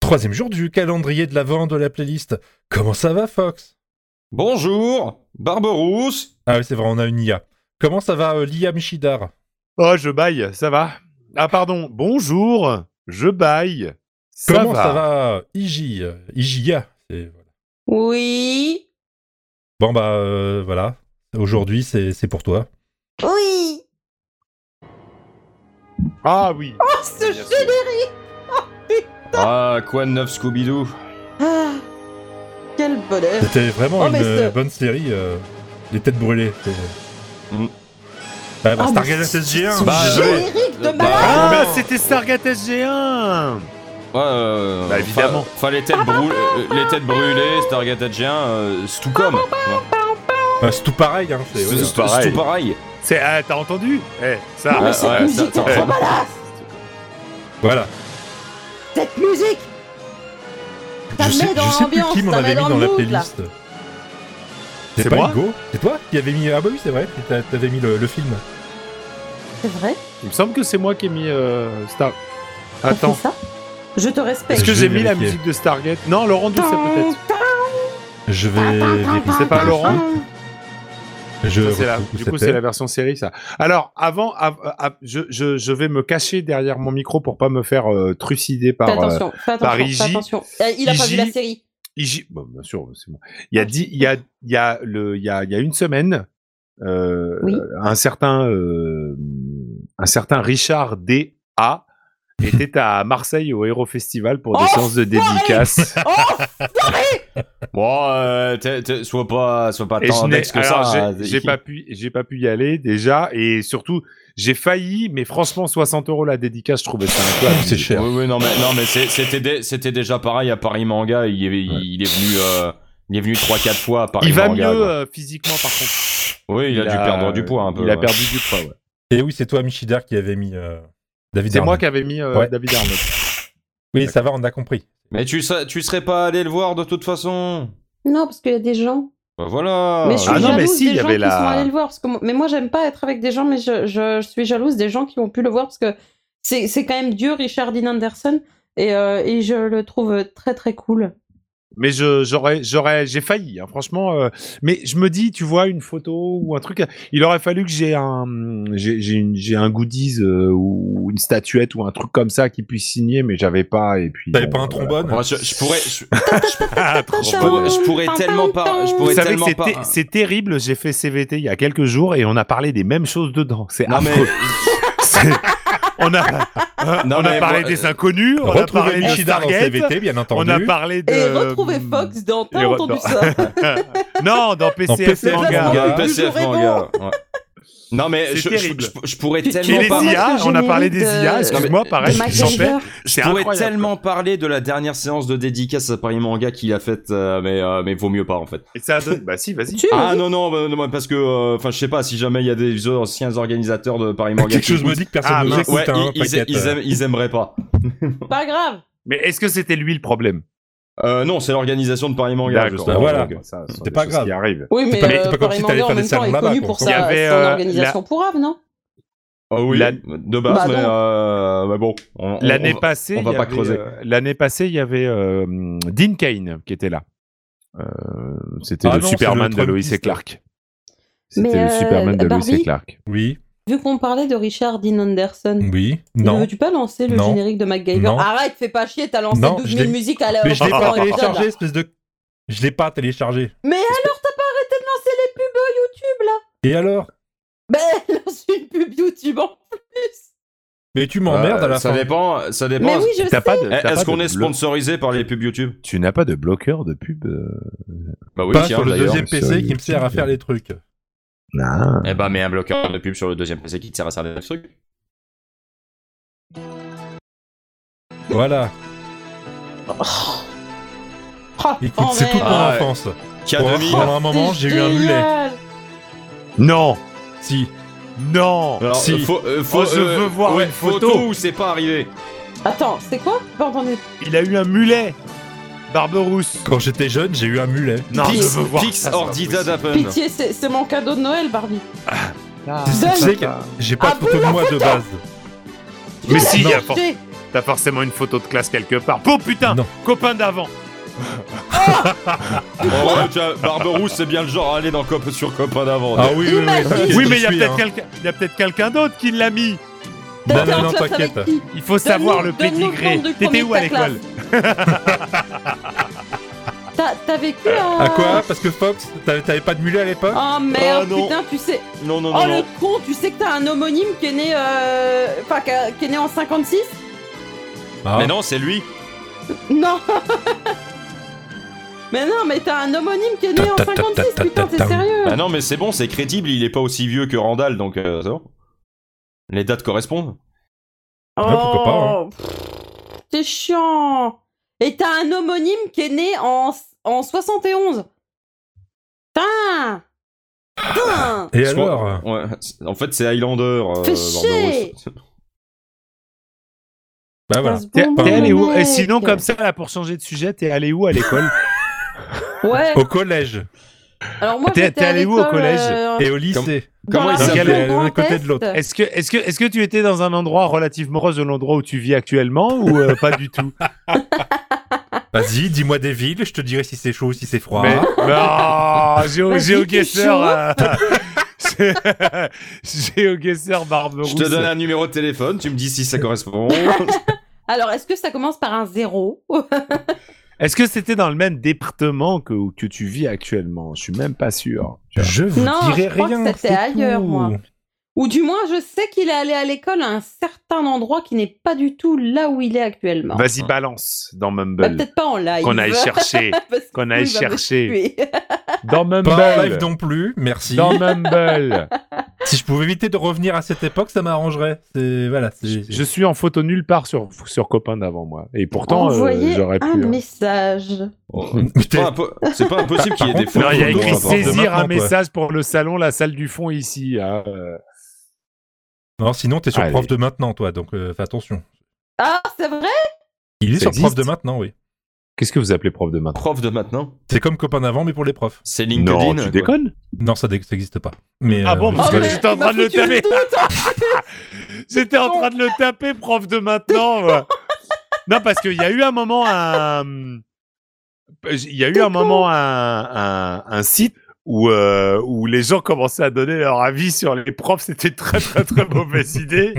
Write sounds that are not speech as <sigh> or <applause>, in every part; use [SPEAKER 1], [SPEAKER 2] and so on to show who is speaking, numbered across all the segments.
[SPEAKER 1] Troisième jour du calendrier de l'avant de la playlist. Comment ça va, Fox
[SPEAKER 2] Bonjour, Barberousse.
[SPEAKER 1] Ah oui, c'est vrai, on a une IA. Comment ça va, euh, Liam Shidar
[SPEAKER 3] Oh, je baille, ça va. Ah, pardon, bonjour, je baille. Ça
[SPEAKER 1] Comment
[SPEAKER 3] va.
[SPEAKER 1] ça va, Iji euh, IJIA c'est- voilà.
[SPEAKER 4] Oui.
[SPEAKER 1] Bon, bah euh, voilà. Aujourd'hui, c'est c'est pour toi.
[SPEAKER 4] Oui.
[SPEAKER 3] Ah oui.
[SPEAKER 4] Oh, ce
[SPEAKER 2] Merci.
[SPEAKER 4] générique
[SPEAKER 2] Ah, quoi de neuf Scooby-Doo
[SPEAKER 4] Ah, Quel bonheur
[SPEAKER 1] C'était vraiment
[SPEAKER 4] Oh,
[SPEAKER 1] une
[SPEAKER 4] mais c'est-
[SPEAKER 1] bonne série. euh, les têtes brûlées. c'est-
[SPEAKER 2] Mm.
[SPEAKER 1] Ah, bah,
[SPEAKER 4] Oh,
[SPEAKER 1] Stargate
[SPEAKER 4] mais
[SPEAKER 1] SG1
[SPEAKER 4] ce
[SPEAKER 2] Bah, désolé.
[SPEAKER 4] générique de
[SPEAKER 2] Bah,
[SPEAKER 4] malade
[SPEAKER 3] Ah,
[SPEAKER 2] non.
[SPEAKER 3] c'était Stargate SG1
[SPEAKER 2] Ouais, euh,
[SPEAKER 3] Bah, évidemment.
[SPEAKER 2] Enfin, enfin, les têtes, brûlées, les têtes brûlées, Stargate Adjien, euh, c'est tout comme.
[SPEAKER 3] bah,
[SPEAKER 1] Bah, C'est tout pareil. hein, c'est-
[SPEAKER 2] C'est
[SPEAKER 1] voilà.
[SPEAKER 2] c'est tout pareil.
[SPEAKER 3] C'est ah, t'as entendu Eh, ça.
[SPEAKER 4] Mais
[SPEAKER 2] ah,
[SPEAKER 1] Ah.
[SPEAKER 2] Ouais,
[SPEAKER 4] cette
[SPEAKER 2] ouais,
[SPEAKER 4] musique
[SPEAKER 2] ça-
[SPEAKER 4] est
[SPEAKER 2] ça-
[SPEAKER 4] trop badass
[SPEAKER 1] Voilà.
[SPEAKER 4] Cette musique Ça
[SPEAKER 1] je
[SPEAKER 4] me
[SPEAKER 1] sais,
[SPEAKER 4] met dans
[SPEAKER 1] je sais plus
[SPEAKER 4] l'ambiance,
[SPEAKER 1] qui m'en
[SPEAKER 4] ça me
[SPEAKER 1] avait
[SPEAKER 4] met
[SPEAKER 1] mis
[SPEAKER 4] dans
[SPEAKER 1] dans
[SPEAKER 4] le
[SPEAKER 1] la
[SPEAKER 4] mood, là.
[SPEAKER 1] playlist. C'est
[SPEAKER 3] C'est
[SPEAKER 1] pas
[SPEAKER 3] moi
[SPEAKER 1] Hugo C'est toi qui avais mis. Ah bah oui, c'est vrai. t'a- T'avais mis le, le film.
[SPEAKER 4] C'est vrai
[SPEAKER 3] Il me semble que c'est moi qui ai mis euh, Star.
[SPEAKER 4] t'as
[SPEAKER 3] Attends.
[SPEAKER 4] fait ça Je te
[SPEAKER 3] Est-ce
[SPEAKER 4] respecte.
[SPEAKER 1] Je
[SPEAKER 3] que j'ai
[SPEAKER 1] vais
[SPEAKER 3] mis la
[SPEAKER 1] vérifier.
[SPEAKER 3] musique de Stargate Non, Laurent Doucet peut-être.
[SPEAKER 1] Je vais. vérifier.
[SPEAKER 3] C'est pas Laurent
[SPEAKER 1] Je
[SPEAKER 3] Ça, c'est la-
[SPEAKER 1] retrouve où
[SPEAKER 3] du coup,
[SPEAKER 1] c'était.
[SPEAKER 3] c'est la version série, ça. Alors, avant, av- av- je, je- je vais me cacher derrière mon micro pour pas me faire euh, trucider par.
[SPEAKER 4] Fais
[SPEAKER 3] euh,
[SPEAKER 4] attention, fais
[SPEAKER 3] par
[SPEAKER 4] attention,
[SPEAKER 3] Iji.
[SPEAKER 4] fais attention. Euh, Il a pas vu
[SPEAKER 3] Iji.
[SPEAKER 4] la série.
[SPEAKER 3] IJ, bon, bien sûr, c'est moi. Il y a dix- il y a, il y a le, il y a, il y a une semaine, euh,
[SPEAKER 4] Oui.
[SPEAKER 3] un certain, euh, un certain Richard D. A. était à Marseille au Hero Festival pour des
[SPEAKER 4] Oh,
[SPEAKER 3] séances
[SPEAKER 2] <laughs>
[SPEAKER 3] de dédicaces.
[SPEAKER 4] Oh
[SPEAKER 2] Bon, euh, t'es- t'es- sois pas, sois pas
[SPEAKER 3] Et je
[SPEAKER 2] tant
[SPEAKER 3] n'ai-
[SPEAKER 2] index que
[SPEAKER 3] alors,
[SPEAKER 2] ça. euh,
[SPEAKER 3] j'ai- j'ai pas pu, j'ai pas pu y aller déjà, et surtout, j'ai failli, mais franchement, 60 euros la dédicace, je trouvais ça
[SPEAKER 2] <laughs>
[SPEAKER 3] un peu abusé.
[SPEAKER 1] C'est cher.
[SPEAKER 2] Oui, oui, non, mais, non, mais c'est- c'était dé- c'était déjà pareil à Paris Manga. Il est, il est venu, euh, il est venu 3-4 fois à Paris
[SPEAKER 3] Il va mieux
[SPEAKER 2] Manga. quoi.
[SPEAKER 3] euh, physiquement, par contre.
[SPEAKER 2] Oui, il, a, dû perdre du poids un peu.
[SPEAKER 3] Il a
[SPEAKER 2] ouais.
[SPEAKER 3] perdu du poids, ouais.
[SPEAKER 1] Et oui, c'est toi, Michidar, qui avait mis euh, David
[SPEAKER 3] C'est moi
[SPEAKER 1] Arnold.
[SPEAKER 3] qui avais mis euh,
[SPEAKER 1] Ouais.
[SPEAKER 3] David Arnaud.
[SPEAKER 1] Oui, ça va, on a compris.
[SPEAKER 2] Mais tu, serais- tu serais pas allé le voir de toute façon.
[SPEAKER 4] Non, parce qu'il y a des gens.
[SPEAKER 2] Bah voilà.
[SPEAKER 4] Oh. Mais je suis
[SPEAKER 3] Ah non, mais
[SPEAKER 4] jalouse
[SPEAKER 3] si, il
[SPEAKER 4] des
[SPEAKER 3] y
[SPEAKER 4] gens
[SPEAKER 3] avait
[SPEAKER 4] qui
[SPEAKER 3] la-
[SPEAKER 4] sont allés le voir. Parce que moi- mais moi, j'aime pas être avec des gens, mais je, je- je suis jalouse des gens qui ont pu le voir parce que c'est c'est quand même Dieu, Richard Dean Anderson, et, euh, et je le trouve très très cool.
[SPEAKER 3] Mais je- j'aurais, j'aurais, j'ai failli, hein, franchement. euh, mais je me dis, tu vois, une photo ou un truc. Il aurait fallu que j'ai un, j'ai, j'ai une- j'ai un goodies euh, ou une statuette ou un truc comme ça qui puisse signer, mais j'avais pas. Et
[SPEAKER 2] Bah,
[SPEAKER 3] puis.
[SPEAKER 1] T'avais
[SPEAKER 3] bon,
[SPEAKER 1] pas un
[SPEAKER 3] voilà.
[SPEAKER 1] trombone
[SPEAKER 2] Moi, je, je pourrais, je,
[SPEAKER 3] Ah, trop
[SPEAKER 2] je
[SPEAKER 3] bon.
[SPEAKER 2] pourrais, je pourrais tellement pas, je
[SPEAKER 3] Vous
[SPEAKER 2] pourrais
[SPEAKER 3] savez que
[SPEAKER 2] tellement
[SPEAKER 3] c'est,
[SPEAKER 2] pas. hein.
[SPEAKER 3] ter- c'est terrible. J'ai fait CVT il y a quelques jours et on a parlé des mêmes choses dedans. C'est
[SPEAKER 2] Non mais,
[SPEAKER 3] affreux. C'est- on a,
[SPEAKER 2] Non,
[SPEAKER 3] on a
[SPEAKER 2] mais
[SPEAKER 3] parlé
[SPEAKER 2] moi,
[SPEAKER 3] des inconnus, on a
[SPEAKER 1] Retrouver
[SPEAKER 3] parlé de
[SPEAKER 1] Michidar dans
[SPEAKER 3] Stargate,
[SPEAKER 1] CVT, bien
[SPEAKER 3] on
[SPEAKER 1] entendu.
[SPEAKER 3] a parlé de.
[SPEAKER 4] Et retrouver Fox dans
[SPEAKER 3] et
[SPEAKER 4] T'as
[SPEAKER 3] euh, re-
[SPEAKER 4] entendu
[SPEAKER 3] dans-
[SPEAKER 4] ça
[SPEAKER 3] non, dans PCF
[SPEAKER 1] PCF
[SPEAKER 3] Manga.
[SPEAKER 4] Manga.
[SPEAKER 2] gars,
[SPEAKER 4] Toujours
[SPEAKER 2] PCF
[SPEAKER 4] et
[SPEAKER 2] manga. ouais. Non mais,
[SPEAKER 3] C'est
[SPEAKER 2] je, je,
[SPEAKER 3] terrible.
[SPEAKER 2] je- je pourrais
[SPEAKER 4] Tu- tu
[SPEAKER 3] Et
[SPEAKER 2] tellement
[SPEAKER 3] les
[SPEAKER 4] Bon,
[SPEAKER 2] pas.
[SPEAKER 4] parle.
[SPEAKER 3] IA, on a parlé des
[SPEAKER 4] Euh,
[SPEAKER 3] IA, excuse-moi,
[SPEAKER 2] de
[SPEAKER 3] pareil,
[SPEAKER 4] Mac
[SPEAKER 3] j'en fais.
[SPEAKER 4] Gallagher.
[SPEAKER 2] Je
[SPEAKER 3] C'est
[SPEAKER 2] pourrais
[SPEAKER 3] incroyable.
[SPEAKER 2] tellement parler de la dernière séance de dédicace à Paris Manga qu'il a faite, euh, mais euh, mais vaut mieux pas en fait.
[SPEAKER 3] Et ça donne- Bah si, vas-y.
[SPEAKER 4] Tu-
[SPEAKER 2] Ah non non, bah, non, bah, parce que euh, enfin je sais pas si jamais il y a des anciens organisateurs de Paris
[SPEAKER 1] <laughs>
[SPEAKER 2] Manga.
[SPEAKER 1] Quelque
[SPEAKER 2] qui
[SPEAKER 1] chose me
[SPEAKER 2] écoutent.
[SPEAKER 1] dit que personne
[SPEAKER 3] Ah,
[SPEAKER 1] ne nous
[SPEAKER 3] mince.
[SPEAKER 1] écoute,
[SPEAKER 2] Ouais,
[SPEAKER 1] hein,
[SPEAKER 2] ils, ils-
[SPEAKER 1] t'inquiète,
[SPEAKER 2] ils
[SPEAKER 1] euh.
[SPEAKER 2] aiment- ils aimeraient pas.
[SPEAKER 4] Pas grave.
[SPEAKER 3] Mais est-ce que c'était lui le problème
[SPEAKER 2] Euh, non, c'est l'organisation de Paris Manga.
[SPEAKER 3] D'accord.
[SPEAKER 2] justement.
[SPEAKER 1] Bah, voilà.
[SPEAKER 2] Donc,
[SPEAKER 3] Ça, ce sont
[SPEAKER 1] C'est
[SPEAKER 3] des
[SPEAKER 1] pas
[SPEAKER 3] choses
[SPEAKER 1] grave.
[SPEAKER 3] Qui arrivent.
[SPEAKER 4] Oui, mais
[SPEAKER 1] pas- c'est pas
[SPEAKER 4] euh,
[SPEAKER 1] comme
[SPEAKER 4] Paris
[SPEAKER 1] si t'allais
[SPEAKER 4] Manga, en
[SPEAKER 1] faire des
[SPEAKER 4] même temps
[SPEAKER 1] salons
[SPEAKER 4] est
[SPEAKER 1] là-bas,
[SPEAKER 4] connu
[SPEAKER 1] quoi.
[SPEAKER 4] pour
[SPEAKER 3] Il y
[SPEAKER 4] sa
[SPEAKER 3] avait,
[SPEAKER 4] son
[SPEAKER 3] euh,
[SPEAKER 4] organisation pourrave, non
[SPEAKER 2] Ah oui,
[SPEAKER 3] La-
[SPEAKER 2] de base,
[SPEAKER 4] Bah,
[SPEAKER 2] mais
[SPEAKER 4] donc.
[SPEAKER 2] euh, bah bon. on- on-
[SPEAKER 3] L'année
[SPEAKER 2] on-
[SPEAKER 3] passée,
[SPEAKER 2] on va
[SPEAKER 3] il y
[SPEAKER 2] pas
[SPEAKER 3] avait,
[SPEAKER 2] creuser.
[SPEAKER 3] euh, L'année passée, il y avait euh, Dean Kane qui était là. Euh, c'était
[SPEAKER 1] Ah
[SPEAKER 3] le
[SPEAKER 1] non,
[SPEAKER 3] Superman
[SPEAKER 1] c'est le
[SPEAKER 3] de Lois et
[SPEAKER 1] Trumpiste.
[SPEAKER 3] Clark.
[SPEAKER 4] Mais,
[SPEAKER 3] C'était le
[SPEAKER 4] euh,
[SPEAKER 3] Superman de Lois
[SPEAKER 4] Barbie
[SPEAKER 3] et Clark.
[SPEAKER 1] Oui,
[SPEAKER 4] Vu qu'on parlait de Richard Dean Anderson.
[SPEAKER 1] oui,
[SPEAKER 4] Ne
[SPEAKER 1] non.
[SPEAKER 4] veux-tu pas lancer le
[SPEAKER 1] Non.
[SPEAKER 4] générique de MacGyver
[SPEAKER 1] Non.
[SPEAKER 4] Arrête, fais pas chier, t'as lancé
[SPEAKER 1] Non,
[SPEAKER 4] 12
[SPEAKER 1] je
[SPEAKER 4] 000
[SPEAKER 1] l'ai-
[SPEAKER 4] musiques à l'heure.
[SPEAKER 1] Mais je l'ai pas
[SPEAKER 3] Attends,
[SPEAKER 1] téléchargé, espèce de. Je l'ai pas téléchargé.
[SPEAKER 4] Mais alors, t'as pas arrêté de lancer les pubs euh, YouTube, là
[SPEAKER 1] Et alors
[SPEAKER 4] Ben, <laughs> lance une pub YouTube hein. en plus
[SPEAKER 1] Mais tu m'emmerdes
[SPEAKER 3] Bah,
[SPEAKER 2] Euh,
[SPEAKER 1] à la
[SPEAKER 2] ça
[SPEAKER 1] fin.
[SPEAKER 2] dépend, ça dépend.
[SPEAKER 4] Mais oui, je
[SPEAKER 3] T'as
[SPEAKER 4] sais
[SPEAKER 3] pas de-
[SPEAKER 2] Eh,
[SPEAKER 3] t'as pas
[SPEAKER 2] Est-ce qu'on
[SPEAKER 3] de
[SPEAKER 2] est
[SPEAKER 3] blo-
[SPEAKER 2] sponsorisé par les pubs YouTube
[SPEAKER 3] Tu n'as pas de bloqueur de pub euh,
[SPEAKER 2] Bah oui,
[SPEAKER 1] Pas
[SPEAKER 2] tiens,
[SPEAKER 1] sur le
[SPEAKER 2] d'ailleurs.
[SPEAKER 1] deuxième
[SPEAKER 3] sur
[SPEAKER 1] PC qui me
[SPEAKER 3] YouTube.
[SPEAKER 1] sert à faire les trucs.
[SPEAKER 3] Non.
[SPEAKER 2] Eh bah, mets un bloqueur de pub sur le deuxième PC qui te sert à faire des trucs.
[SPEAKER 1] Voilà.
[SPEAKER 4] Oh,
[SPEAKER 1] Écoute, c'est toute mon
[SPEAKER 2] Ah ouais.
[SPEAKER 1] enfance.
[SPEAKER 2] K2000.
[SPEAKER 1] Pendant un moment, j'ai eu un mulet.
[SPEAKER 3] Non.
[SPEAKER 1] Si.
[SPEAKER 3] Non.
[SPEAKER 2] Alors,
[SPEAKER 1] Si.
[SPEAKER 2] euh, faut, euh, faut-
[SPEAKER 3] Oh, je
[SPEAKER 2] euh,
[SPEAKER 3] veux voir
[SPEAKER 2] ouais,
[SPEAKER 3] une photo.
[SPEAKER 2] où c'est pas arrivé.
[SPEAKER 4] Attends, c'est quoi J'ai Pas
[SPEAKER 1] Euh,
[SPEAKER 4] entendu.
[SPEAKER 3] Il a eu un mulet. Barberousse.
[SPEAKER 1] Quand j'étais jeune, j'ai eu un mulet.
[SPEAKER 3] Non,
[SPEAKER 2] Pix,
[SPEAKER 3] Ah, je veux voir
[SPEAKER 2] Pix
[SPEAKER 3] ça, c'est
[SPEAKER 2] Ordita
[SPEAKER 3] pas
[SPEAKER 2] d'Appen.
[SPEAKER 4] Pitié, c'est c'est mon cadeau de Noël, Barbie.
[SPEAKER 3] Ah,
[SPEAKER 1] Tu sais
[SPEAKER 3] c'est
[SPEAKER 1] que
[SPEAKER 3] pas-
[SPEAKER 1] j'ai pas
[SPEAKER 4] Ah
[SPEAKER 1] de photo de moi de base.
[SPEAKER 3] Mais si, il y a
[SPEAKER 4] J'ai-
[SPEAKER 3] T'as forcément une photo de classe quelque part. Oh putain,
[SPEAKER 1] Non.
[SPEAKER 3] copain d'avant.
[SPEAKER 2] Oh, ouais, tiens, Barberousse, c'est bien le genre à aller dans cop sur copain d'avant.
[SPEAKER 1] Ah oui, oui,
[SPEAKER 4] Imagine.
[SPEAKER 1] oui.
[SPEAKER 3] Oui, mais il y a
[SPEAKER 1] Je suis,
[SPEAKER 3] peut-être
[SPEAKER 1] hein.
[SPEAKER 3] quelqu'un, il y a peut-être quelqu'un d'autre qui l'a mis.
[SPEAKER 1] Non,
[SPEAKER 4] T'as fait
[SPEAKER 1] non,
[SPEAKER 4] un
[SPEAKER 1] non,
[SPEAKER 4] classe avec
[SPEAKER 1] t'inquiète.
[SPEAKER 4] qui
[SPEAKER 3] Il faut savoir le
[SPEAKER 4] Donne-nous- donne-nous
[SPEAKER 3] pédigré.
[SPEAKER 4] nombre de
[SPEAKER 3] T'étais où à
[SPEAKER 4] premiers de ta
[SPEAKER 3] l'école
[SPEAKER 1] <laughs>
[SPEAKER 4] classe. T'as t'as vécu à...
[SPEAKER 1] À Ah, quoi Parce que Fox, t'avais t'avais pas de mulet à l'époque
[SPEAKER 4] Oh merde,
[SPEAKER 2] Ah, non.
[SPEAKER 4] putain, tu sais.
[SPEAKER 2] Non, non, non,
[SPEAKER 4] Oh
[SPEAKER 2] non.
[SPEAKER 4] le con, tu sais que t'as un homonyme qui est né, euh... enfin, qui a- qui est né en 56
[SPEAKER 1] Ah.
[SPEAKER 2] Mais non, c'est lui.
[SPEAKER 4] Non <laughs> Mais non, mais t'as un homonyme qui est né en 56, putain, t'es sérieux
[SPEAKER 2] Bah non, mais c'est bon, c'est crédible, il est pas aussi vieux que Randall, donc euh, c'est bon. Les dates correspondent.
[SPEAKER 1] non, pourquoi pas, hein.
[SPEAKER 4] Oh, pff, T'es chiant Et t'as un homonyme qui est né en, en 71 Putain Putain
[SPEAKER 1] Et
[SPEAKER 2] Parce qu'on-
[SPEAKER 1] alors
[SPEAKER 2] ouais, c'est- En fait, c'est Highlander. euh,
[SPEAKER 4] Fais chier.
[SPEAKER 2] Barberousse.
[SPEAKER 1] Bah voilà.
[SPEAKER 4] Dans ce
[SPEAKER 3] T'es
[SPEAKER 4] bon
[SPEAKER 3] t'es allé où
[SPEAKER 4] mec.
[SPEAKER 3] Et sinon, comme ça, là, pour changer de sujet, t'es allé où à
[SPEAKER 4] <laughs>
[SPEAKER 3] l'école
[SPEAKER 4] Ouais,
[SPEAKER 1] Au collège
[SPEAKER 4] alors moi
[SPEAKER 3] T'es-
[SPEAKER 4] j'étais
[SPEAKER 3] t'es
[SPEAKER 4] à
[SPEAKER 3] allé où au
[SPEAKER 4] l'école,
[SPEAKER 3] collège
[SPEAKER 4] euh,
[SPEAKER 1] et au lycée.
[SPEAKER 4] dans
[SPEAKER 2] Comment
[SPEAKER 4] la
[SPEAKER 2] il
[SPEAKER 4] région
[SPEAKER 1] s'appelait,
[SPEAKER 4] Grand
[SPEAKER 1] d'un côté de l'autre
[SPEAKER 4] Est.
[SPEAKER 3] Est-ce que, est-ce que, est-ce que tu étais dans un endroit relativement rose de l'endroit où tu vis actuellement ou euh, pas du tout
[SPEAKER 1] Vas-y, dis-moi des villes, je te dirai si c'est chaud ou si c'est froid.
[SPEAKER 3] Mais, non, Géo-
[SPEAKER 4] Vas-y,
[SPEAKER 3] GeoGuessr,
[SPEAKER 4] t'es chaud.
[SPEAKER 3] euh, <laughs> GeoGuessr Barberousse.
[SPEAKER 2] Je te donne un numéro de téléphone, tu me dis si ça
[SPEAKER 3] <laughs>
[SPEAKER 2] correspond.
[SPEAKER 4] Alors, est-ce que ça commence par un zéro
[SPEAKER 3] Est-ce que c'était dans le même département que, que tu vis actuellement Je suis même pas sûr.
[SPEAKER 1] Je vous
[SPEAKER 4] Non,
[SPEAKER 1] dirai
[SPEAKER 4] je crois que
[SPEAKER 1] rien.
[SPEAKER 4] c'était
[SPEAKER 1] c'est
[SPEAKER 4] ailleurs,
[SPEAKER 1] tout.
[SPEAKER 4] moi. Ou du moins, je sais qu'il est allé à l'école à un certain endroit qui n'est pas du tout là où il est actuellement.
[SPEAKER 3] Vas-y, balance dans
[SPEAKER 4] Bah,
[SPEAKER 3] Mumble.
[SPEAKER 4] peut-être pas en live.
[SPEAKER 3] Qu'on aille chercher.
[SPEAKER 4] <laughs> Parce que bah,
[SPEAKER 3] Qu'on aille
[SPEAKER 4] lui, il va me
[SPEAKER 3] chercher.
[SPEAKER 4] tuer.
[SPEAKER 3] Dans
[SPEAKER 1] Pas en live
[SPEAKER 3] Mumble.
[SPEAKER 1] non plus, merci.
[SPEAKER 3] Dans Mumble.
[SPEAKER 1] Si je pouvais éviter de revenir à cette époque, ça m'arrangerait. C'est voilà. c'est-
[SPEAKER 3] <laughs> Je suis en photo nulle part sur, sur copain d'avant moi. Et pourtant, euh,
[SPEAKER 4] Envoyer
[SPEAKER 3] j'aurais pu.
[SPEAKER 4] un
[SPEAKER 3] hein.
[SPEAKER 4] message.
[SPEAKER 1] <laughs>
[SPEAKER 2] C'est pas impo- c'est pas impossible qu'il y ait des
[SPEAKER 1] Par
[SPEAKER 2] photos.
[SPEAKER 1] contre,
[SPEAKER 3] Non, il y a
[SPEAKER 1] Photo
[SPEAKER 3] écrit
[SPEAKER 1] à partir de
[SPEAKER 3] saisir un
[SPEAKER 1] maintenant, quoi.
[SPEAKER 3] message pour le salon, la salle du fond ici. hein. Euh,
[SPEAKER 1] Non, sinon t'es sur
[SPEAKER 3] Allez.
[SPEAKER 1] prof de maintenant, toi. Donc euh, fais attention.
[SPEAKER 4] Ah, c'est vrai
[SPEAKER 1] Il est
[SPEAKER 3] Ça
[SPEAKER 1] sur prof
[SPEAKER 3] existe
[SPEAKER 1] de maintenant, oui.
[SPEAKER 3] Qu'est-ce que vous appelez prof de maths
[SPEAKER 2] Prof de maintenant,
[SPEAKER 1] C'est comme copain d'avant, mais pour les profs.
[SPEAKER 2] c'est LinkedIn.
[SPEAKER 3] Non,
[SPEAKER 2] quoi.
[SPEAKER 3] tu déconnes
[SPEAKER 1] Non, ça n'existe pas. Mais
[SPEAKER 3] Ah
[SPEAKER 1] euh,
[SPEAKER 3] bon,
[SPEAKER 1] je
[SPEAKER 3] parce que
[SPEAKER 1] sais-
[SPEAKER 3] j'étais en
[SPEAKER 4] Oh, il m'a
[SPEAKER 3] train de le
[SPEAKER 4] foutu
[SPEAKER 3] taper.
[SPEAKER 4] doute. hein.
[SPEAKER 3] J'étais en train de le taper, prof de maintenant. moi. non, parce qu'il y a eu un moment, un... il y a eu un moment, un, un- un site où, euh, où les gens commençaient à donner leur avis sur les profs. C'était une très, très, très mauvaise idée.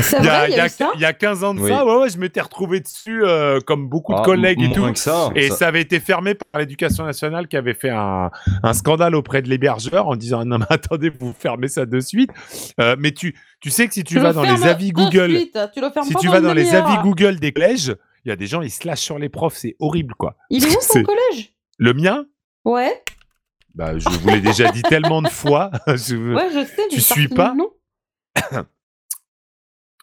[SPEAKER 4] C'est
[SPEAKER 3] Il y a,
[SPEAKER 4] vrai, il y a eu ça
[SPEAKER 3] il y a 15 ans de
[SPEAKER 2] Oui.
[SPEAKER 3] ça, ouais, ouais, je m'étais retrouvé dessus euh, comme beaucoup
[SPEAKER 2] Ah,
[SPEAKER 3] de collègues et
[SPEAKER 2] moins
[SPEAKER 3] tout.
[SPEAKER 2] que ça.
[SPEAKER 3] Et
[SPEAKER 2] Ça-
[SPEAKER 3] ça avait été fermé par l'éducation nationale qui avait fait un, un scandale auprès de l'hébergeur en disant non mais attendez vous fermez ça de suite. Euh, mais tu tu sais que si tu
[SPEAKER 4] le
[SPEAKER 3] vas dans les
[SPEAKER 4] fermes
[SPEAKER 3] avis
[SPEAKER 4] de
[SPEAKER 3] Google,
[SPEAKER 4] suite, tu le fermes
[SPEAKER 3] si
[SPEAKER 4] pas
[SPEAKER 3] tu vas
[SPEAKER 4] une
[SPEAKER 3] dans les
[SPEAKER 4] demi-heure.
[SPEAKER 3] avis Google des collèges, il y a des gens ils se lâchent sur les profs, c'est horrible quoi.
[SPEAKER 4] Il est où
[SPEAKER 3] C'est-
[SPEAKER 4] son collège
[SPEAKER 3] Le mien,
[SPEAKER 4] Ouais,
[SPEAKER 3] bah je vous l'ai déjà dit tellement de fois. <laughs> je...
[SPEAKER 4] ouais, je sais.
[SPEAKER 3] Euh, Tu
[SPEAKER 4] j'ai
[SPEAKER 3] suis
[SPEAKER 4] parti
[SPEAKER 3] pas
[SPEAKER 4] le nom.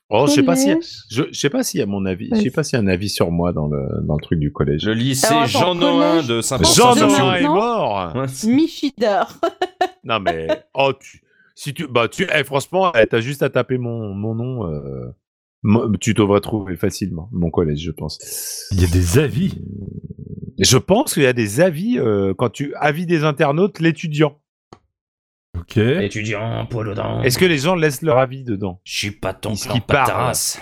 [SPEAKER 3] Oh je sais pas si
[SPEAKER 4] Collège.
[SPEAKER 3] je, je sais pas s'il y a mon avis, je sais pas s'il y a un avis sur moi dans le dans le truc du collège.
[SPEAKER 2] Le lycée
[SPEAKER 4] Alors, attends,
[SPEAKER 2] Jean Noël
[SPEAKER 4] collège
[SPEAKER 2] de saint
[SPEAKER 3] Jean
[SPEAKER 4] Jean
[SPEAKER 3] Noël
[SPEAKER 4] Noël.
[SPEAKER 3] est mort.
[SPEAKER 4] Michider.
[SPEAKER 3] Non, mais. Oh, tu. Si tu. Bah, tu. eh, franchement, eh, t'as juste à taper mon, mon nom. euh, mo- Tu devrais trouver facilement mon collège, je pense.
[SPEAKER 1] Il y a des avis.
[SPEAKER 3] Je pense qu'il y a des avis, euh, quand tu. Avis des internautes, l'étudiant.
[SPEAKER 1] Ok.
[SPEAKER 5] Étudiant, poil aux dents.
[SPEAKER 3] Est-ce que les gens laissent leur avis dedans
[SPEAKER 5] Je suis pas ton
[SPEAKER 3] Est-ce
[SPEAKER 5] plan
[SPEAKER 3] qu'il parle
[SPEAKER 5] pataras.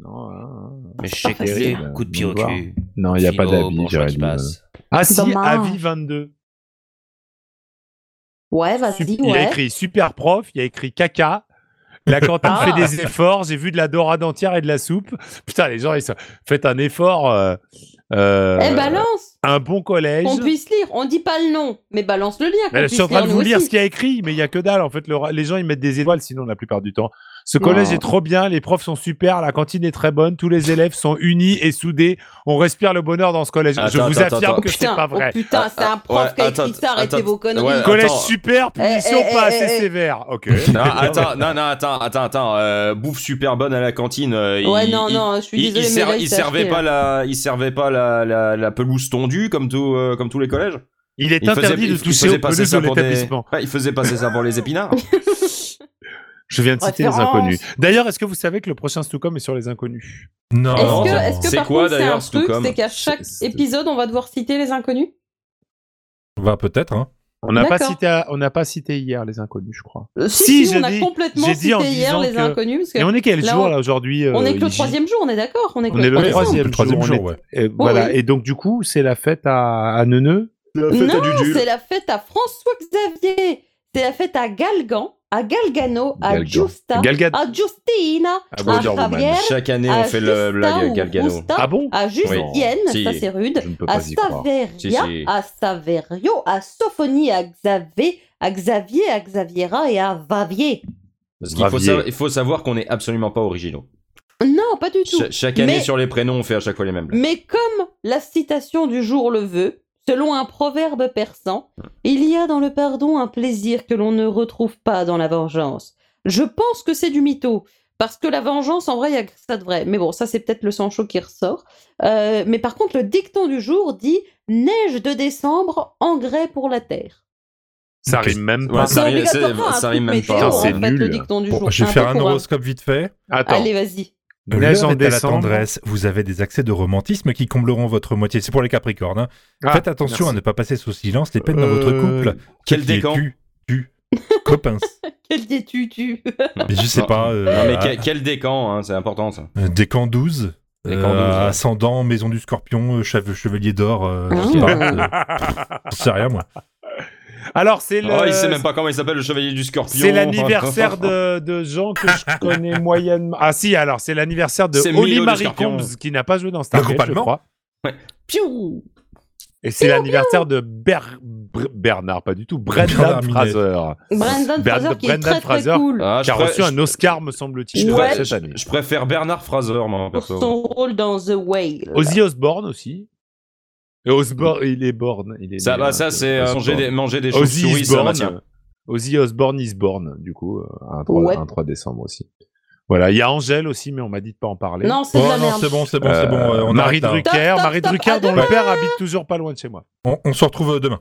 [SPEAKER 3] Non, hein.
[SPEAKER 5] Mais je sais que
[SPEAKER 3] facile.
[SPEAKER 5] t'es coup de pied au
[SPEAKER 3] Voir.
[SPEAKER 5] cul.
[SPEAKER 3] Non, il n'y a pas
[SPEAKER 5] Philo,
[SPEAKER 3] d'avis,
[SPEAKER 5] bourgeois
[SPEAKER 3] j'aurais
[SPEAKER 5] qui
[SPEAKER 3] dit. euh.
[SPEAKER 5] passe.
[SPEAKER 3] Ah, si,
[SPEAKER 4] Dommage.
[SPEAKER 3] avis 22.
[SPEAKER 4] Ouais,
[SPEAKER 3] Sup-
[SPEAKER 4] vas-y,
[SPEAKER 3] Il y a
[SPEAKER 4] Bah, ouais.
[SPEAKER 3] écrit super prof, il y a écrit caca. La cantine
[SPEAKER 4] Ah.
[SPEAKER 3] fait des efforts. J'ai vu de la dorade entière et de la soupe. <laughs> Putain, les gens, ils sont... faites un effort. euh, euh,
[SPEAKER 4] Eh, balance
[SPEAKER 3] un bon collège.
[SPEAKER 4] Qu'on puisse lire. On dit pas le nom, mais balance le lien. qu'on
[SPEAKER 3] Mais je suis
[SPEAKER 4] puisse
[SPEAKER 3] en train de
[SPEAKER 4] lire,
[SPEAKER 3] vous
[SPEAKER 4] nous
[SPEAKER 3] lire
[SPEAKER 4] aussi.
[SPEAKER 3] ce qu'il y a écrit, mais il y a que dalle. En fait, le- les gens ils mettent des étoiles, sinon la plupart du temps. Ce collège
[SPEAKER 4] Non.
[SPEAKER 3] est trop bien, les profs sont super, la cantine est très bonne, tous les élèves sont unis et soudés. On respire le bonheur dans ce collège. je
[SPEAKER 2] Attends,
[SPEAKER 3] vous
[SPEAKER 2] attends,
[SPEAKER 3] affirme
[SPEAKER 2] attends.
[SPEAKER 3] que c'est
[SPEAKER 4] putain,
[SPEAKER 3] pas vrai.
[SPEAKER 4] oh putain, c'est un prof
[SPEAKER 2] ouais,
[SPEAKER 4] qui a écrit
[SPEAKER 2] attends,
[SPEAKER 4] ça, arrêtez
[SPEAKER 2] attends,
[SPEAKER 4] vos conneries.
[SPEAKER 2] ouais,
[SPEAKER 3] collège
[SPEAKER 2] attends.
[SPEAKER 3] super, punition
[SPEAKER 4] eh,
[SPEAKER 3] pas
[SPEAKER 4] eh,
[SPEAKER 3] assez
[SPEAKER 4] eh, eh.
[SPEAKER 3] sévère. Ok. <laughs>
[SPEAKER 2] Non, attends, non, non, attends, attends, attends. euh, bouffe super bonne à la cantine. euh,
[SPEAKER 4] ouais,
[SPEAKER 2] il-
[SPEAKER 4] non,
[SPEAKER 2] il-
[SPEAKER 4] non, je suis
[SPEAKER 2] Il, il
[SPEAKER 4] désolée, mais
[SPEAKER 2] ser-
[SPEAKER 4] là,
[SPEAKER 2] il
[SPEAKER 4] s'est
[SPEAKER 2] servait
[SPEAKER 4] acheté,
[SPEAKER 5] hein.
[SPEAKER 2] pas
[SPEAKER 4] là.
[SPEAKER 2] la, il servait pas la, la, la pelouse tondue comme tout, euh, comme tous les collèges.
[SPEAKER 3] Il est
[SPEAKER 2] Il faisait-
[SPEAKER 3] interdit
[SPEAKER 2] il-
[SPEAKER 3] de
[SPEAKER 2] il
[SPEAKER 3] toucher
[SPEAKER 2] faisait
[SPEAKER 3] aux
[SPEAKER 2] passer
[SPEAKER 3] pelouses de
[SPEAKER 2] ça pour des-
[SPEAKER 3] l'établissement.
[SPEAKER 2] Ouais, il faisait passer ça pour les épinards.
[SPEAKER 3] Je viens de citer les
[SPEAKER 4] Référence.
[SPEAKER 3] inconnus. D'ailleurs, est-ce que vous savez que le prochain Stucom est sur les inconnus
[SPEAKER 1] Non.
[SPEAKER 4] Est-ce que,
[SPEAKER 2] Non,
[SPEAKER 4] est-ce que
[SPEAKER 2] c'est
[SPEAKER 4] par
[SPEAKER 2] quoi,
[SPEAKER 4] contre, c'est un
[SPEAKER 2] d'ailleurs,
[SPEAKER 4] truc,
[SPEAKER 2] Stucom
[SPEAKER 4] c'est qu'à chaque
[SPEAKER 3] C'est- c'est-
[SPEAKER 4] épisode, on va devoir citer les inconnus
[SPEAKER 1] Va peut-être. Hein.
[SPEAKER 3] On n'a pas
[SPEAKER 4] D'accord.
[SPEAKER 3] cité, à- on n'a pas cité hier les inconnus, je crois.
[SPEAKER 4] Euh,
[SPEAKER 3] Si,
[SPEAKER 4] Si, si,
[SPEAKER 3] j'ai
[SPEAKER 4] on a
[SPEAKER 3] dit-
[SPEAKER 4] complètement
[SPEAKER 3] j'ai dit
[SPEAKER 4] cité
[SPEAKER 3] en
[SPEAKER 4] hier
[SPEAKER 3] disant
[SPEAKER 4] les
[SPEAKER 3] que-
[SPEAKER 4] inconnus. Parce que
[SPEAKER 3] Et on est quel
[SPEAKER 4] là,
[SPEAKER 3] jour
[SPEAKER 4] on-
[SPEAKER 3] là aujourd'hui euh,
[SPEAKER 4] on est que le
[SPEAKER 3] Iji
[SPEAKER 4] troisième jour, on est d'accord On est que
[SPEAKER 3] On est le
[SPEAKER 1] Ouais,
[SPEAKER 4] troisième.
[SPEAKER 1] c'est
[SPEAKER 3] troisième
[SPEAKER 1] le troisième
[SPEAKER 3] jour.
[SPEAKER 1] jour,
[SPEAKER 3] on
[SPEAKER 1] ouais.
[SPEAKER 3] est- et Euh, voilà.
[SPEAKER 4] oui.
[SPEAKER 3] Et donc du coup, c'est la fête à, à Neuneu.
[SPEAKER 6] La fête à
[SPEAKER 4] Non,
[SPEAKER 6] Dudul.
[SPEAKER 4] c'est la fête à François-Xavier. C'est la fête à Galgan, à Galgano, à
[SPEAKER 3] Galgan.
[SPEAKER 4] Giusta,
[SPEAKER 3] Galgad.
[SPEAKER 4] à Justina,
[SPEAKER 3] Ah,
[SPEAKER 4] Ah, à
[SPEAKER 3] Wonder Woman.
[SPEAKER 4] Javier,
[SPEAKER 2] Chaque année,
[SPEAKER 4] à
[SPEAKER 2] on fait le
[SPEAKER 4] Justa
[SPEAKER 2] blague
[SPEAKER 4] ou
[SPEAKER 2] Galgano.
[SPEAKER 4] Rusta,
[SPEAKER 3] Ah bon
[SPEAKER 4] à Justienne,
[SPEAKER 2] Oui.
[SPEAKER 4] ça
[SPEAKER 2] Si.
[SPEAKER 4] c'est rude,
[SPEAKER 3] Je ne peux
[SPEAKER 4] à
[SPEAKER 3] pas y croire.
[SPEAKER 4] Saveria,
[SPEAKER 2] Si, si.
[SPEAKER 4] à Saverio, à Sophonie, à Xavier, à Xavier, à Xaviera et à Vavier.
[SPEAKER 2] Parce qu'il faut,
[SPEAKER 3] Ravier.
[SPEAKER 2] savoir- il faut savoir qu'on est absolument pas originaux.
[SPEAKER 4] Non, pas du tout.
[SPEAKER 2] Cha- chaque année,
[SPEAKER 4] Mais-
[SPEAKER 2] sur les prénoms, on fait à chaque fois les mêmes. blagues.
[SPEAKER 4] Mais comme la citation du jour le veut, selon un proverbe persan, il y a dans le pardon un plaisir que l'on ne retrouve pas dans la vengeance. Je pense que c'est du mytho. Parce que la vengeance, en vrai, il y a que ça de vrai. Mais bon, ça, c'est peut-être le sancho qui ressort. Euh, mais par contre, le dicton du jour dit Neige de décembre, engrais pour la terre.
[SPEAKER 3] Ça rime même
[SPEAKER 2] Ouais,
[SPEAKER 3] pas.
[SPEAKER 2] Ah, ça
[SPEAKER 4] C'est
[SPEAKER 2] rime-
[SPEAKER 4] obligatoirement
[SPEAKER 2] c'est-
[SPEAKER 4] un
[SPEAKER 2] ça
[SPEAKER 4] truc
[SPEAKER 2] rime même
[SPEAKER 4] météo,
[SPEAKER 2] pas.
[SPEAKER 4] en
[SPEAKER 3] C'est
[SPEAKER 4] fait, le
[SPEAKER 3] nul.
[SPEAKER 4] dicton du
[SPEAKER 1] Bon,
[SPEAKER 4] jour.
[SPEAKER 1] je vais
[SPEAKER 4] Un
[SPEAKER 1] faire
[SPEAKER 4] peu
[SPEAKER 1] un
[SPEAKER 4] pour un-
[SPEAKER 1] horoscope vite fait.
[SPEAKER 3] Attends.
[SPEAKER 4] Allez, vas-y. <laughs>
[SPEAKER 1] L'heure est
[SPEAKER 3] Neige en
[SPEAKER 1] à la
[SPEAKER 3] décembre.
[SPEAKER 1] tendresse, vous avez des accès de romantisme qui combleront votre moitié. C'est pour les Capricornes. hein.
[SPEAKER 3] Ah,
[SPEAKER 1] Faites attention
[SPEAKER 3] merci.
[SPEAKER 1] à ne pas passer sous silence les peines dans votre
[SPEAKER 3] Euh,
[SPEAKER 1] couple.
[SPEAKER 2] Quel
[SPEAKER 1] Qui est
[SPEAKER 2] décan
[SPEAKER 1] tu,
[SPEAKER 4] <laughs>
[SPEAKER 1] tu, copains.
[SPEAKER 4] Quel tu tu
[SPEAKER 1] Mais je sais
[SPEAKER 2] Non.
[SPEAKER 1] pas. euh,
[SPEAKER 2] Non, mais
[SPEAKER 1] à-
[SPEAKER 2] quel, quel décan, hein, c'est important ça.
[SPEAKER 1] Euh, Décan 12.
[SPEAKER 2] Décan
[SPEAKER 1] euh,
[SPEAKER 2] 12, ouais.
[SPEAKER 1] Ascendant, Maison du Scorpion, euh, cheve- Chevalier d'Or, euh, je sais
[SPEAKER 4] Ah.
[SPEAKER 1] pas, euh, j'en sais rien moi.
[SPEAKER 3] Alors c'est le.
[SPEAKER 2] Oh, il sait même pas comment il s'appelle le chevalier du scorpion.
[SPEAKER 3] C'est l'anniversaire de, de gens que je
[SPEAKER 2] <laughs>
[SPEAKER 3] connais moyennement. Ah si, alors c'est l'anniversaire de
[SPEAKER 2] C'est Milo
[SPEAKER 3] Oli
[SPEAKER 2] du
[SPEAKER 3] Marie
[SPEAKER 2] Scorpion.
[SPEAKER 3] Combs qui n'a pas joué dans Star
[SPEAKER 1] Le
[SPEAKER 3] Trek,
[SPEAKER 1] groupe
[SPEAKER 3] je
[SPEAKER 1] allemand.
[SPEAKER 3] crois.
[SPEAKER 4] Piou
[SPEAKER 3] Et c'est l'anniversaire de Ber- Br- Bernard, pas du tout, Brendan
[SPEAKER 1] Bernard Minet.
[SPEAKER 3] Fraser,
[SPEAKER 4] Brendan
[SPEAKER 3] Bern-
[SPEAKER 4] Fraser qui est
[SPEAKER 3] Brendan
[SPEAKER 4] très très
[SPEAKER 3] Fraser.
[SPEAKER 4] cool.
[SPEAKER 2] <laughs> Ah,
[SPEAKER 3] qui
[SPEAKER 2] je,
[SPEAKER 3] a reçu
[SPEAKER 2] pré-
[SPEAKER 3] un Oscar, me semble-t-il,
[SPEAKER 4] Ouais.
[SPEAKER 3] cette année.
[SPEAKER 2] je préfère Bernard Fraser, moi,
[SPEAKER 4] pour
[SPEAKER 2] perso.
[SPEAKER 4] son rôle dans The Whale.
[SPEAKER 3] Ozzy Osbourne aussi. Et Osbourne, il est born. Il est
[SPEAKER 2] Ça,
[SPEAKER 3] né,
[SPEAKER 2] bah,
[SPEAKER 3] hein,
[SPEAKER 2] ça c'est euh,
[SPEAKER 3] Osbourne.
[SPEAKER 2] manger des, manger des
[SPEAKER 3] Ozzy
[SPEAKER 2] chauves-souris, ça
[SPEAKER 3] Osbourne.
[SPEAKER 2] m'attire.
[SPEAKER 3] Ozzy Osbourne is born, du coup, euh, un 3,
[SPEAKER 4] Ouais.
[SPEAKER 3] un 3 décembre aussi. Voilà, il y a Angèle aussi, mais on m'a dit de pas en parler.
[SPEAKER 4] Non, c'est
[SPEAKER 1] Oh,
[SPEAKER 4] de la
[SPEAKER 1] non,
[SPEAKER 4] merde.
[SPEAKER 1] c'est bon, c'est bon, c'est bon. euh, on,
[SPEAKER 3] Marie
[SPEAKER 1] arrête, hein.
[SPEAKER 3] Drucker,
[SPEAKER 4] Stop, stop,
[SPEAKER 3] Marie
[SPEAKER 4] stop,
[SPEAKER 3] Drucker
[SPEAKER 4] à
[SPEAKER 3] dont
[SPEAKER 4] demain.
[SPEAKER 3] le père habite toujours pas loin de chez moi.
[SPEAKER 1] on, on se retrouve euh, demain.